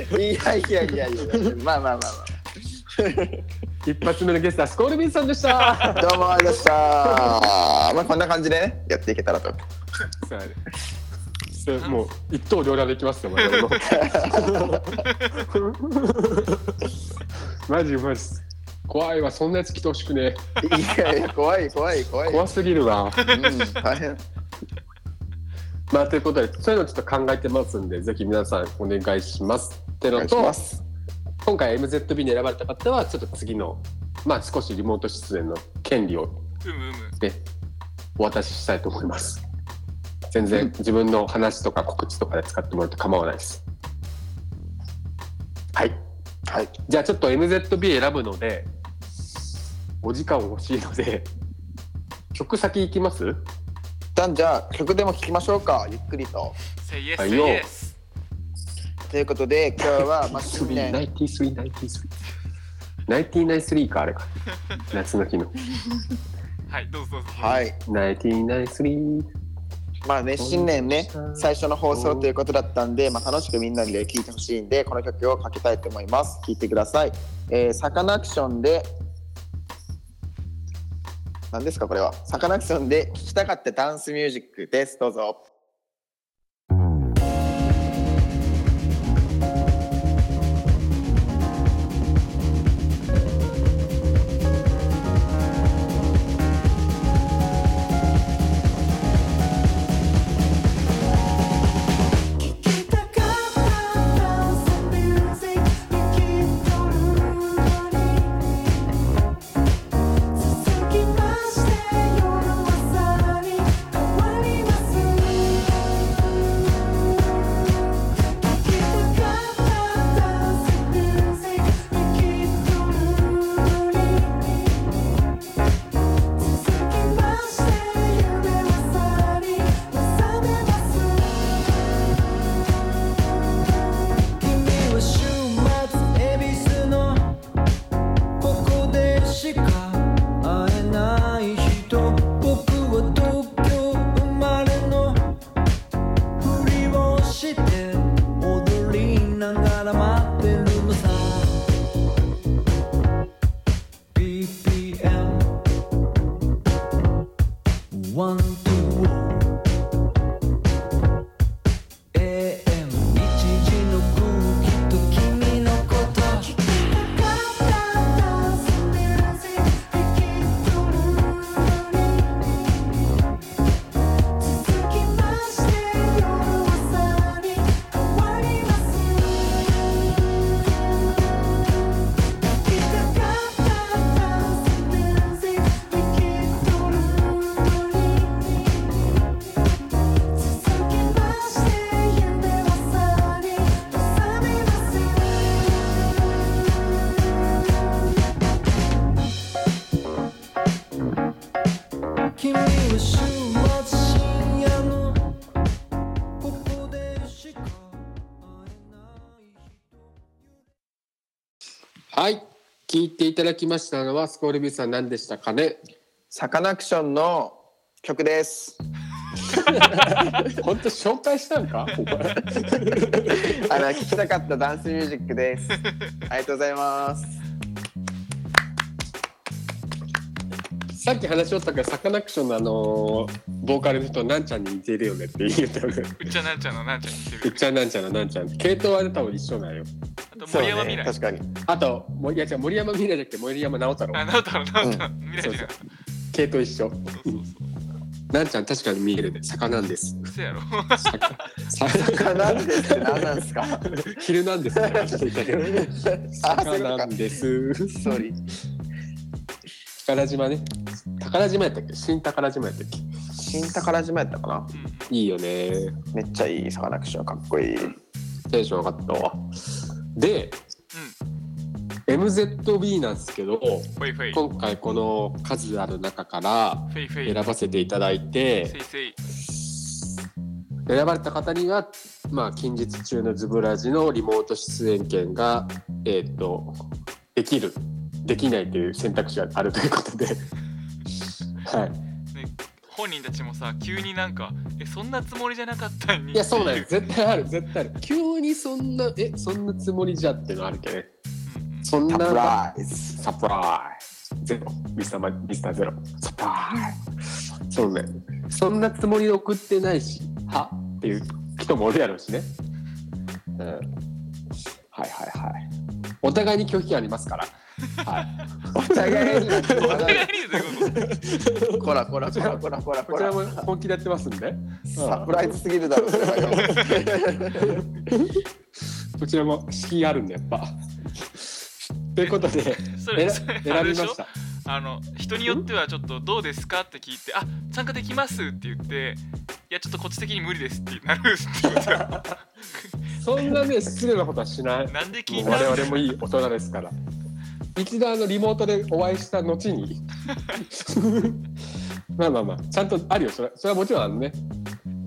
[SPEAKER 1] 決
[SPEAKER 3] いやいやいやいやまあまあまあ、ま
[SPEAKER 2] 一発目のゲストはスコールビンさんでした。
[SPEAKER 3] あ、どうもありがとうございましたまあこんな感じでねやっていけたらと
[SPEAKER 2] そうやねそうもう一刀両断できますよ。我 々もマジマジ。怖いわ、そんなやつ来てほしくねえ。
[SPEAKER 3] いやいや怖い怖い怖い
[SPEAKER 2] 怖すぎるわ。
[SPEAKER 3] うん大変
[SPEAKER 2] まあということで、そういうのちょっと考えてますんで、ぜひ皆さんお願いします。って
[SPEAKER 3] お
[SPEAKER 2] の
[SPEAKER 3] 願いし
[SPEAKER 2] と
[SPEAKER 3] ま。す
[SPEAKER 2] 今回 MZB に選ばれた方はちょっと次のまあ少しリモート出演の権利を
[SPEAKER 1] うむうむ
[SPEAKER 2] ねお渡ししたいと思います全然自分の話とか告知とかで使ってもらって構わないですはい
[SPEAKER 3] はい
[SPEAKER 2] じゃあちょっと MZB 選ぶのでお時間欲しいので 曲先行きます
[SPEAKER 3] 一旦じゃあ曲でも聴きましょうかゆっくりと
[SPEAKER 1] Say yes,
[SPEAKER 2] は
[SPEAKER 1] say
[SPEAKER 2] いよ
[SPEAKER 1] yes
[SPEAKER 3] ということで今日はまあ新年
[SPEAKER 2] 939393かあれ か夏の日の
[SPEAKER 1] はい、どうぞどうぞ
[SPEAKER 3] はい
[SPEAKER 2] 993
[SPEAKER 3] まあね新年ね最初の放送ということだったんで、まあ、楽しくみんなで聴いてほしいんでこの曲をかけたいと思います聴いてくださいえーサカナクションで何ですかこれはサカナクションで聴きたかったダンスミュージックですどうぞ
[SPEAKER 4] 「聴きたかったダンスミュージック」「聴き AM 一時の空気と君のこと」「君は週末深夜のここでしか会えない人」
[SPEAKER 2] はい聞いていただきましたのはスコールビューさん何でしたかね
[SPEAKER 3] サカナクションの曲です。
[SPEAKER 2] 本当紹介したんか
[SPEAKER 3] あの聞きたかったダンスミュージックです。 ありがとうございます。
[SPEAKER 2] さっき話しよったけどサカナクションのあのーボーカルの人なんちゃんに似てるよねって言うたよね
[SPEAKER 1] うっちゃなんちゃんのなんちゃんに似て
[SPEAKER 2] うっ
[SPEAKER 1] る
[SPEAKER 2] ちゃんなんちゃんのなんちゃん系統は多分一緒なんよ
[SPEAKER 1] あと
[SPEAKER 3] そう
[SPEAKER 1] 森山未
[SPEAKER 3] ね、
[SPEAKER 1] 来
[SPEAKER 3] 確かに。
[SPEAKER 2] あともういや違う森山未来じゃなくて森山直太
[SPEAKER 1] あ
[SPEAKER 2] 朗
[SPEAKER 1] なたのなたの未来
[SPEAKER 2] そう
[SPEAKER 1] じ
[SPEAKER 2] そ
[SPEAKER 1] ゃ
[SPEAKER 2] う系統一
[SPEAKER 1] そ
[SPEAKER 2] 緒
[SPEAKER 1] うそうそう
[SPEAKER 2] なんちゃん確かに見えるね坂なんです
[SPEAKER 1] そうやろ
[SPEAKER 2] 坂
[SPEAKER 3] サカナンデスって何なんですか
[SPEAKER 2] 昼なんですね
[SPEAKER 3] あ、そう
[SPEAKER 2] 坂
[SPEAKER 3] いうこと
[SPEAKER 2] な
[SPEAKER 3] か
[SPEAKER 2] ん。です
[SPEAKER 3] ソーリー。
[SPEAKER 2] 宝島ね宝島やったっけ新宝島やったっけ
[SPEAKER 3] 新宝島やったかな。
[SPEAKER 1] うんうん
[SPEAKER 2] いいよね
[SPEAKER 3] めっちゃいいサカナクション、かっこいい。
[SPEAKER 2] テンション上がったわで MZB なんですけど
[SPEAKER 1] フェイフェイフ
[SPEAKER 2] 今回この数ある中から
[SPEAKER 1] ェイフェ
[SPEAKER 2] 選
[SPEAKER 1] イ
[SPEAKER 2] ばせていただい
[SPEAKER 1] せ
[SPEAKER 2] て
[SPEAKER 1] いせい
[SPEAKER 2] 選ばれた方には、まあ、近日中のズブラジのリモート出演権が、えー、とできるできないという選択肢があるということで はい
[SPEAKER 1] 本人たちもさ急になんかえそんなつもりじゃなかったのに
[SPEAKER 2] いやそう だよ
[SPEAKER 1] ってい
[SPEAKER 2] 絶対ある絶対ある急にそんなえそんなつもりじゃってのあるけどね
[SPEAKER 1] うんうん
[SPEAKER 2] そん
[SPEAKER 3] サ
[SPEAKER 2] な
[SPEAKER 3] プライズ。
[SPEAKER 2] サプライズゼロミスターマミスターゼロサプライズそうねそんなつもりで送ってないしはっていう人もおるやろうしねうんはいはいはいお互いに拒否ありますから はい
[SPEAKER 3] お互いに。
[SPEAKER 1] お互いにどういうこと
[SPEAKER 3] こらこらこらこらこらこ
[SPEAKER 2] こちら
[SPEAKER 3] ら。
[SPEAKER 2] も本気でやってますんで
[SPEAKER 3] サプライズすぎるだろ、それは。
[SPEAKER 2] こちらも敷居あるんでやっ ぱということで
[SPEAKER 1] そ
[SPEAKER 2] え
[SPEAKER 1] れ
[SPEAKER 2] ら
[SPEAKER 1] それ
[SPEAKER 2] 選
[SPEAKER 1] あれ
[SPEAKER 2] び
[SPEAKER 1] でし
[SPEAKER 2] まし
[SPEAKER 1] ょ
[SPEAKER 2] た
[SPEAKER 1] あの人によってはちょっとどうですかって聞いてあ参加できますって言っていやちょっとこっち的に無理ですってなるっていうさ
[SPEAKER 2] そんなね失礼なことはしない
[SPEAKER 1] なんで聞
[SPEAKER 2] も
[SPEAKER 1] いうた
[SPEAKER 2] 我々もいい大人ですから一度あのリモートでお会いした後に まあまあまあちゃんとあるよそれそれはもちろんあのね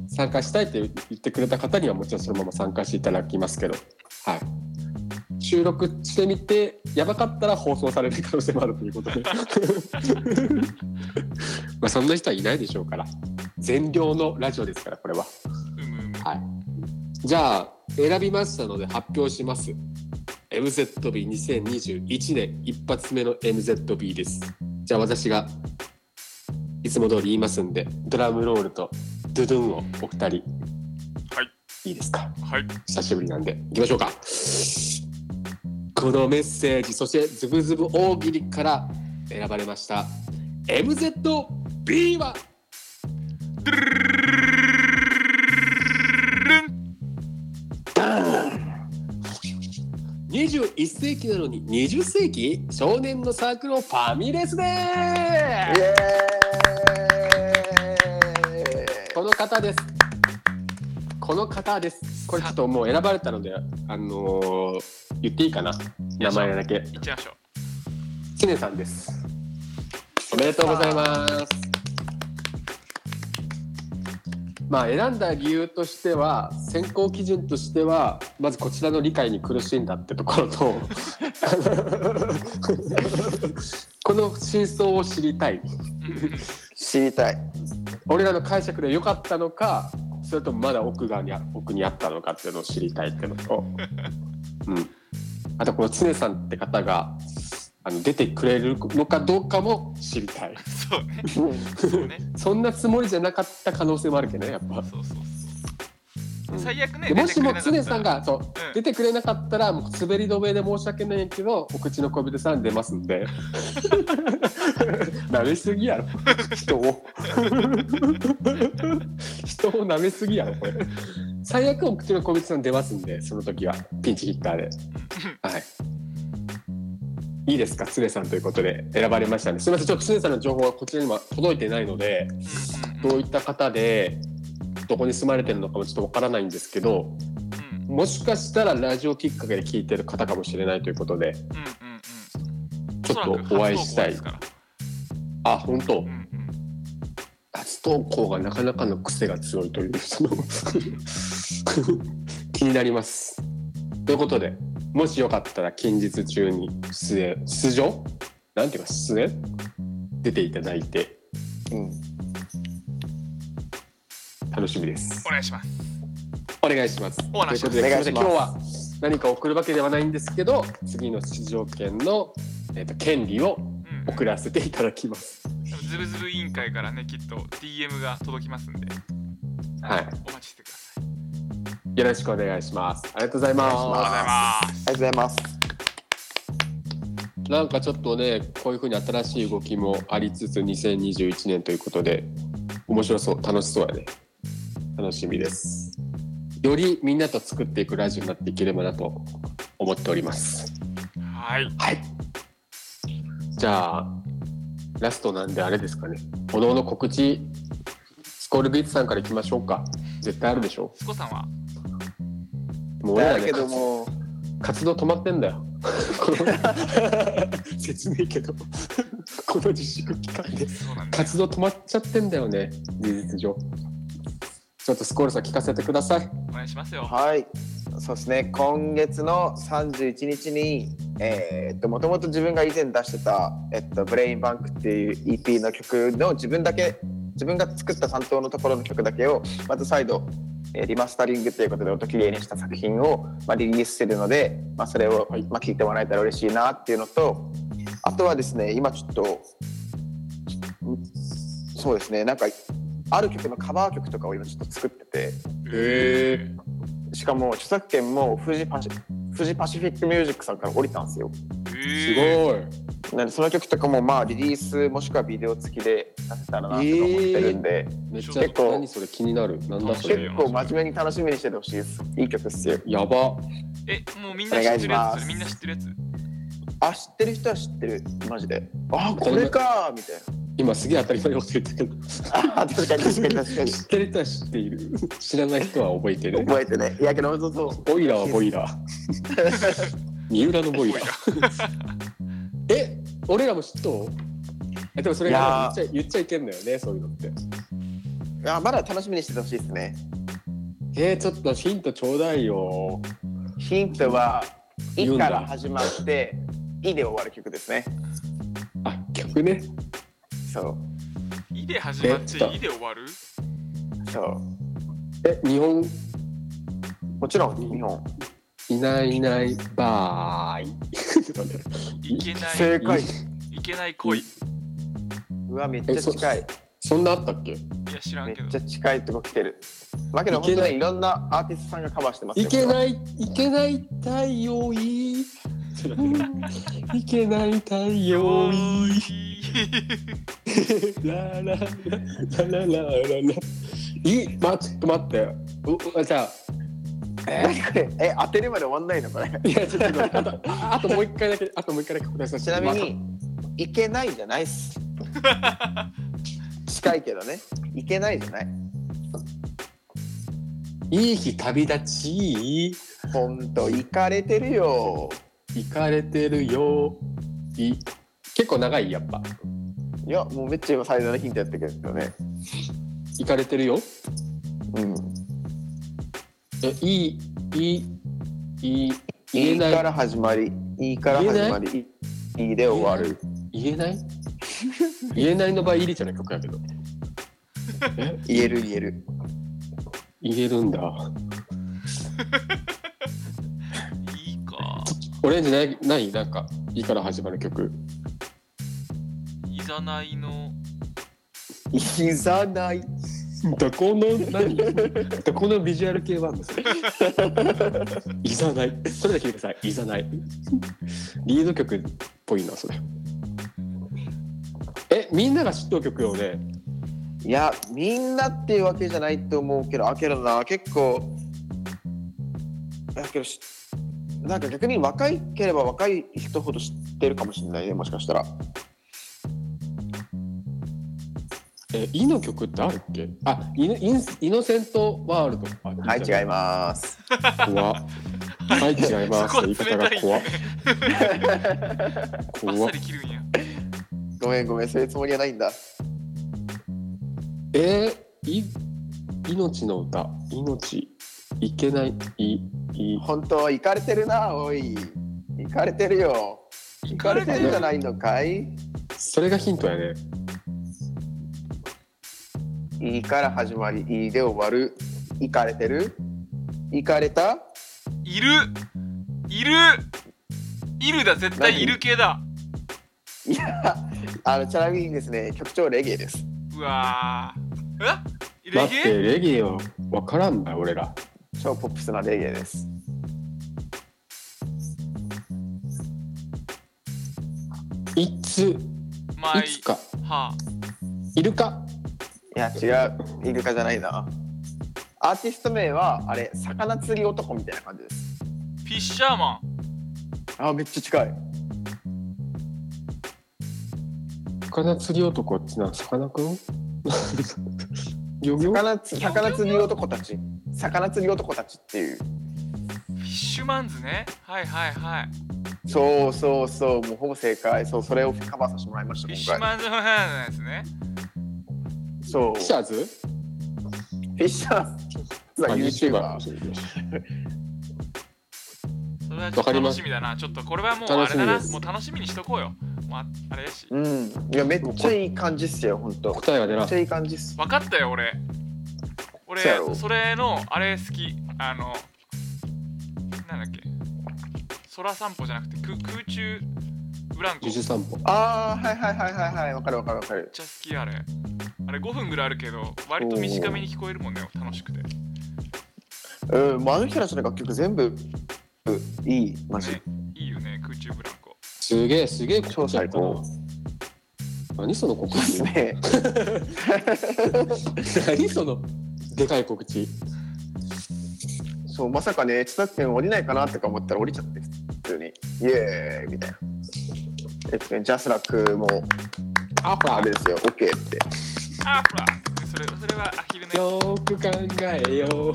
[SPEAKER 2] 参加したいって言ってくれた方にはもちろんそのまま参加していただきますけど、はい、収録してみてやばかったら放送される可能性もあるということで まあそんな人はいないでしょうから全量のラジオですからこれは。
[SPEAKER 1] うむうむ
[SPEAKER 2] はい。じゃあ、選びましたので発表します。MZB2021 年一発目の MZB です。じゃあ私がいつも通り言いますんで、ドラムロールとドゥドゥンをお二人。はい。いいですか
[SPEAKER 1] はい
[SPEAKER 2] 久しぶりなんで、行きましょうか。このメッセージ、そしてズブズブ大喜利から選ばれました。MZB は21世紀なのに20世紀少年のサークルのファミレスで
[SPEAKER 3] イ
[SPEAKER 2] す
[SPEAKER 3] エー
[SPEAKER 2] この方ですこの方ですこれちょっともう選ばれたのであのー言っていいかな名前だけ
[SPEAKER 1] いっちゃいましょう
[SPEAKER 2] 知念さんですおめでとうございますまあ選んだ理由としては選考基準としてはまずこちらの理解に苦しんだってところとこの真相を知りたい
[SPEAKER 1] うんうん
[SPEAKER 3] イ知りたい。
[SPEAKER 2] 俺らの解釈で良かったのかそれともまだ奥側にあ奥にあったのかっていうのを知りたいっていうのと、うん、あとこの常さんって方があの出てくれるのかどうかも知りたい
[SPEAKER 1] そうね。そうね。
[SPEAKER 2] そんなつもりじゃなかった可能性もあるけどねやっ
[SPEAKER 1] そ
[SPEAKER 2] ぱ
[SPEAKER 1] うそうそう。最悪ね。
[SPEAKER 2] でも
[SPEAKER 1] 出て
[SPEAKER 2] し
[SPEAKER 1] くれ
[SPEAKER 2] も
[SPEAKER 1] なかったら
[SPEAKER 2] 常さん。がそう、
[SPEAKER 1] うん
[SPEAKER 2] 出てくれなかったらもう滑り止めで申し訳ないけどお口の小人さん出ますんで 舐めすぎやろ人を 人を舐めすぎやろこれ最悪お口の小人さん出ますんでその時はピンチヒッターではいいいですか常さんということで選ばれましたねすみませんちょっと常さんの情報はこちらには届いてないので
[SPEAKER 1] うん
[SPEAKER 2] どういった方でどこに住まれてるのかもちょっとわからないんですけど
[SPEAKER 1] うんうん
[SPEAKER 2] もしかしたらラジオきっかけで聞いてる方かもしれないということ
[SPEAKER 1] う
[SPEAKER 2] で、
[SPEAKER 1] んうんうんうん。
[SPEAKER 2] ちょっとお会いしたい
[SPEAKER 1] おそ。らく初投稿ですから
[SPEAKER 2] あ、本当
[SPEAKER 1] う。んうん
[SPEAKER 2] 初投稿がなかなかの癖が強いという、その 気になります。ということで、もしよかったら近日中に出演、出場なんていうか出演出ていただいて
[SPEAKER 3] うん
[SPEAKER 2] 楽しみです
[SPEAKER 1] お。願いします。
[SPEAKER 2] お願いします。
[SPEAKER 1] お話し
[SPEAKER 2] と
[SPEAKER 1] ます
[SPEAKER 2] いうことで、
[SPEAKER 3] お願
[SPEAKER 2] 今
[SPEAKER 3] い
[SPEAKER 2] 日
[SPEAKER 3] します
[SPEAKER 2] は何か送るわけではないんですけど、次の出場権の、えっと権利を
[SPEAKER 1] うん
[SPEAKER 2] 送らせていただきます。
[SPEAKER 1] ズルズル委員会からね、きっと DM が届きますんで、
[SPEAKER 2] はい。
[SPEAKER 1] お待ちしてください。
[SPEAKER 2] よろしくお願いします。ありがとうござい
[SPEAKER 3] お願いし
[SPEAKER 2] ま
[SPEAKER 1] ありがとうございます。
[SPEAKER 3] ありがとうございます。
[SPEAKER 2] す。なんかちょっとね、こういうふうに新しい動きもありつつ、2021年ということで、面白そう、楽しそうやね。楽しみです。よりみんなと作っていくラジオになっていければなと思っております。
[SPEAKER 1] はい。
[SPEAKER 2] はい。じゃあ、ラストなんであれですかね。おのおの告知、スコールビーツさんからいきましょうか。絶対あるでしょ。
[SPEAKER 1] スコさんは
[SPEAKER 2] もう俺ら
[SPEAKER 3] だ
[SPEAKER 2] ね
[SPEAKER 3] けども、
[SPEAKER 2] 活動止まってんだよ。この 説明けど、 この自粛期間で
[SPEAKER 1] そうなんだよ。
[SPEAKER 2] 活動止まっちゃってんだよね、事実上。ちょっとスコールさん聞かせてください。
[SPEAKER 1] お願いしますよ。
[SPEAKER 3] はい。そうですね。今月の31日に、えーっともともと自分が以前出してたえっとブレインバンクっていう EP の曲の自分だけ自分が作った担当のところの曲だけをまた再度。えーリマスタリングということで音きれいにした作品を、まあ、リリースしてるので、まあ、それを、まあ、聞いてもらえたら嬉しいなっていうのとあとはですね今ちょっとんそうですねなんかある曲のカバー曲とかを今ちょっと作ってて
[SPEAKER 2] へ
[SPEAKER 1] え。
[SPEAKER 3] しかも著作権も富士パシ富士パシフィックミュージックさんから降りたんですよ
[SPEAKER 2] すごい。
[SPEAKER 1] い。
[SPEAKER 3] なんでその曲とかもまあリリースもしくはビデオ付きで出せたらなとか思ってるんで、
[SPEAKER 2] めっちゃ
[SPEAKER 3] 結構
[SPEAKER 2] 何それ気になる。なんだそれ。
[SPEAKER 1] え
[SPEAKER 3] 結構真面目に楽しみにしててほしいですいい曲っすよ
[SPEAKER 2] やば。
[SPEAKER 1] え、もうみんな知ってる
[SPEAKER 3] お願いしま
[SPEAKER 1] やつ、
[SPEAKER 3] す
[SPEAKER 1] それみんな知ってるやつ。
[SPEAKER 3] あ知ってる人は知ってるマジであこれかみたい
[SPEAKER 2] 今すげえ当たり前のこと言ったけど、
[SPEAKER 3] なあ確かに確かに確かに
[SPEAKER 2] 知ってる人は知っている。知らない人は覚えてる。
[SPEAKER 3] 覚えてねいやけどそうそう
[SPEAKER 2] ボイラーはボイラー。三浦のボイラー。 え、俺らも知っとうえ、でもそれが言っちゃ言っちゃいけんのよね、そういうのって。
[SPEAKER 3] いやまだ楽しみにしててほしいですね
[SPEAKER 2] えー、ちょっとヒントちょうだいよ。
[SPEAKER 3] ヒントは「
[SPEAKER 2] 言う
[SPEAKER 3] い」
[SPEAKER 2] んだ
[SPEAKER 3] から始まって「い」で終わる曲ですね
[SPEAKER 2] あ、曲ね。
[SPEAKER 3] そ
[SPEAKER 1] いで始まっ、
[SPEAKER 2] えちょってと
[SPEAKER 1] いで終わる
[SPEAKER 3] うそう
[SPEAKER 2] え、日本
[SPEAKER 3] もちろん日本
[SPEAKER 2] いないいないばーい。
[SPEAKER 1] いけない、
[SPEAKER 3] 正解
[SPEAKER 1] いけない恋。いう
[SPEAKER 3] わめっちゃ近い
[SPEAKER 2] そんなあったっけ？
[SPEAKER 1] や、知ら
[SPEAKER 3] め
[SPEAKER 1] んけど
[SPEAKER 3] っち。ゃ近いとこ来てるだけど
[SPEAKER 2] い
[SPEAKER 3] 本
[SPEAKER 2] け
[SPEAKER 3] 当
[SPEAKER 2] ない
[SPEAKER 3] にいろんなアーティストさんがカバーしてますよ
[SPEAKER 2] いけないいけない太陽 いい。いけない太陽いい。ラララララララいい。まちょっと待って。ううじゃ
[SPEAKER 3] えこれ え当てるまで終わんないのこれ
[SPEAKER 2] あいやちょっと待ってあとああともう一回だけあともう一回だけ答えさ
[SPEAKER 3] ち
[SPEAKER 2] せ
[SPEAKER 3] な
[SPEAKER 2] て。
[SPEAKER 3] みにいけないじゃないっ す近いけどねいけないじゃない
[SPEAKER 2] いい日旅立ち。
[SPEAKER 3] ほんといかれてるよ
[SPEAKER 2] 行かれてるよい結構長いやっぱ
[SPEAKER 3] いやもうめっちゃ今最大のヒントやってくるけどね
[SPEAKER 2] 行かれてるよ
[SPEAKER 3] うん
[SPEAKER 2] えいいいいい言
[SPEAKER 3] い
[SPEAKER 2] え
[SPEAKER 3] い
[SPEAKER 2] ない
[SPEAKER 3] から始まりいいから始まりいいいで終わる
[SPEAKER 2] 言えない言えないの場合いりじゃない曲やけど
[SPEAKER 3] 言える言える
[SPEAKER 2] 言えるんだ
[SPEAKER 1] いいか。
[SPEAKER 2] オレンジないないなんかいから始まる曲。
[SPEAKER 1] いざないの
[SPEAKER 3] いざない。
[SPEAKER 2] どこ の何？どこのビジュアル系なんですか？いざない。それだけ聞いてください。いざない。リード曲っぽいなそれ。え、みんなが知ってる曲をね。
[SPEAKER 3] いや、みんなっていうわけじゃないと思うけど、あけどな、結構。だけどし、なんか逆に若いければ若い人ほど知ってるかもしれないね、もしかしたら。
[SPEAKER 2] え、イの曲ってあるっけ？あ、イノインイノセントワールド。
[SPEAKER 3] はい、違い
[SPEAKER 2] ま
[SPEAKER 3] ます。
[SPEAKER 2] す。怖っ。はい、違います。
[SPEAKER 1] そこは
[SPEAKER 2] 言
[SPEAKER 1] 冷
[SPEAKER 2] い方が
[SPEAKER 1] たい
[SPEAKER 2] 怖っ
[SPEAKER 1] ね。バッ
[SPEAKER 2] 怖
[SPEAKER 1] サ
[SPEAKER 2] っ
[SPEAKER 1] リ。切るんや
[SPEAKER 3] ごめん、ごめん、そういうつもりはないんだ。
[SPEAKER 2] えー、い命の歌命いけないいい
[SPEAKER 3] 本当、行かれてるな、おい。行かれてるよ。行かれてるじゃないのかい。
[SPEAKER 2] それがヒントやね
[SPEAKER 3] いいから始まり、いいで終わる。行かれてる。行かれた。
[SPEAKER 1] いるいるいるだ絶対いる系だ
[SPEAKER 3] いや、あの、ちなみにですね、局長レゲエです。
[SPEAKER 1] うわーえ
[SPEAKER 2] だ
[SPEAKER 1] レ
[SPEAKER 2] って
[SPEAKER 1] ゲエ
[SPEAKER 2] レゲエは分からんだよ俺ら
[SPEAKER 3] 超ポップスなレゲエです。
[SPEAKER 2] いつ
[SPEAKER 1] まあ
[SPEAKER 2] い
[SPEAKER 1] い
[SPEAKER 2] つ
[SPEAKER 1] い
[SPEAKER 2] か
[SPEAKER 1] はあ
[SPEAKER 2] イルカ
[SPEAKER 3] いや、違う、イルカじゃないな。アーティスト名は、あれ、魚釣り男みたいな感じです。
[SPEAKER 1] フィッシャーマン
[SPEAKER 3] あ、めっちゃ近い。
[SPEAKER 2] 魚釣り男ってなさかなクン 漁業
[SPEAKER 3] 魚つ魚釣り男たち。魚釣り男たちっていう。
[SPEAKER 1] フィッシュマンズねはいはいはい
[SPEAKER 3] そうそうそう、もうほぼ正解。そう、それをカバーさせてもらいまし
[SPEAKER 1] フ
[SPEAKER 3] た、
[SPEAKER 1] ィッシ
[SPEAKER 3] 今
[SPEAKER 1] ュ
[SPEAKER 3] 回。
[SPEAKER 1] マンズのやつ ね
[SPEAKER 3] そう。
[SPEAKER 2] フィッ
[SPEAKER 3] フ
[SPEAKER 2] シャーズ
[SPEAKER 3] ィッシャーズ
[SPEAKER 2] あ
[SPEAKER 3] は YouTuber。
[SPEAKER 2] YouTuber
[SPEAKER 1] それはちょっと楽しみだなちょっとこれはもうあ
[SPEAKER 2] 楽
[SPEAKER 1] れ
[SPEAKER 2] しみ
[SPEAKER 1] だな
[SPEAKER 2] です
[SPEAKER 1] もう楽しみにしとこうよもうああれやし
[SPEAKER 3] うん。いや、めっちゃいい感じっすよ、ほんと。
[SPEAKER 2] 答えが出
[SPEAKER 3] め
[SPEAKER 2] な
[SPEAKER 3] っちゃいい感じっす。
[SPEAKER 1] 分かったよ俺俺
[SPEAKER 3] そうやろ
[SPEAKER 1] それのあれ好きあのなんだっけ空散歩じゃなくて空空中ブランコめっち
[SPEAKER 2] 呪術散歩
[SPEAKER 3] あー、はいはいはいはいはい。わかるわかるわかる。
[SPEAKER 1] ゃ好きあれあれ5分ぐらいあるけど割と短めに聞こえるもんね楽しくて
[SPEAKER 3] うん、もうあの人たちの楽曲全部、うんいい、マジ。
[SPEAKER 1] ねいいよね空中ブランコ
[SPEAKER 2] すげえすげえ心地よかったな
[SPEAKER 3] 超
[SPEAKER 2] 何その告
[SPEAKER 3] で す
[SPEAKER 2] 知
[SPEAKER 3] ね。
[SPEAKER 2] 何そのでかい告知
[SPEAKER 3] そう、まさかね、著作権降りないかなとか思ったら降りちゃって、普通に。イエーイみたいな。えっとね、ジャスラックも、
[SPEAKER 2] あほ
[SPEAKER 3] あ
[SPEAKER 2] ら
[SPEAKER 3] れですよ、OK って。
[SPEAKER 1] あほらそれそれはアヒルね
[SPEAKER 2] よーく考えよう
[SPEAKER 1] お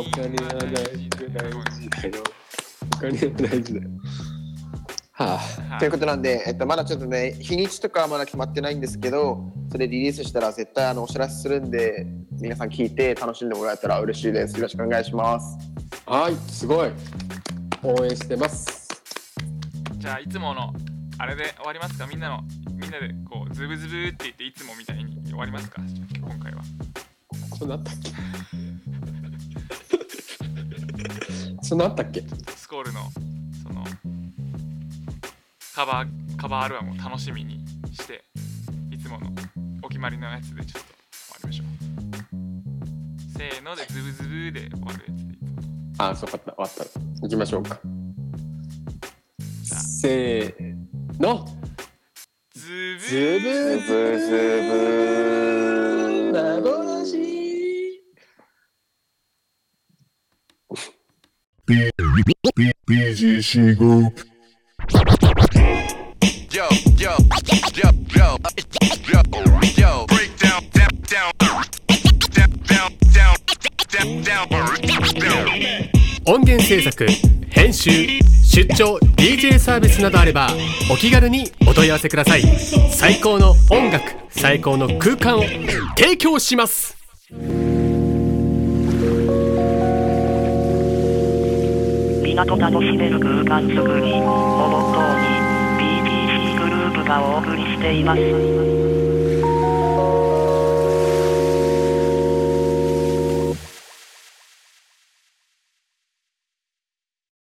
[SPEAKER 2] お金は大事だよ。お金は大事だよ。は
[SPEAKER 3] ということなんで、えっと、まだちょっとね、日にちとかはまだ決まってないんですけど、それリリースしたら絶対あのお知らせするんで、皆さん聞いて楽しんでもらえたら嬉しいです。よろしくお願いします。
[SPEAKER 2] あ、はい、すごい。応援してます。
[SPEAKER 1] じゃあいつものあれで終わりますかみんなのみんなでこうズブズブって言っていつもみたいに終わりますか今回は
[SPEAKER 2] そうなったっけ。そうなったっけ。
[SPEAKER 1] スコールのそのカバーカバーアルバムを楽しみにしていつものお決まりのやつでちょっと終わりましょうせーのでズブズブで終わるやつでいつも
[SPEAKER 2] あ、そうかった、終わった。行きましょうか。
[SPEAKER 1] ゃあ
[SPEAKER 2] せーの。
[SPEAKER 1] ズブ
[SPEAKER 2] ズブ
[SPEAKER 3] ズ
[SPEAKER 2] ズ
[SPEAKER 3] ブズ
[SPEAKER 2] ブ
[SPEAKER 3] ブ
[SPEAKER 2] 幻。
[SPEAKER 5] BGC Group.
[SPEAKER 6] Yo, yo, yo, yo, yo, yo. Break down, down, down, down, down, down, down, down, down.
[SPEAKER 7] 音源制作編集出張 DJ サービスなどあればお気軽にお問い合わせください最高の音楽最高の空間を提供します
[SPEAKER 8] 港楽しめる空間づくりをモットーに BTC グループがお送りしています。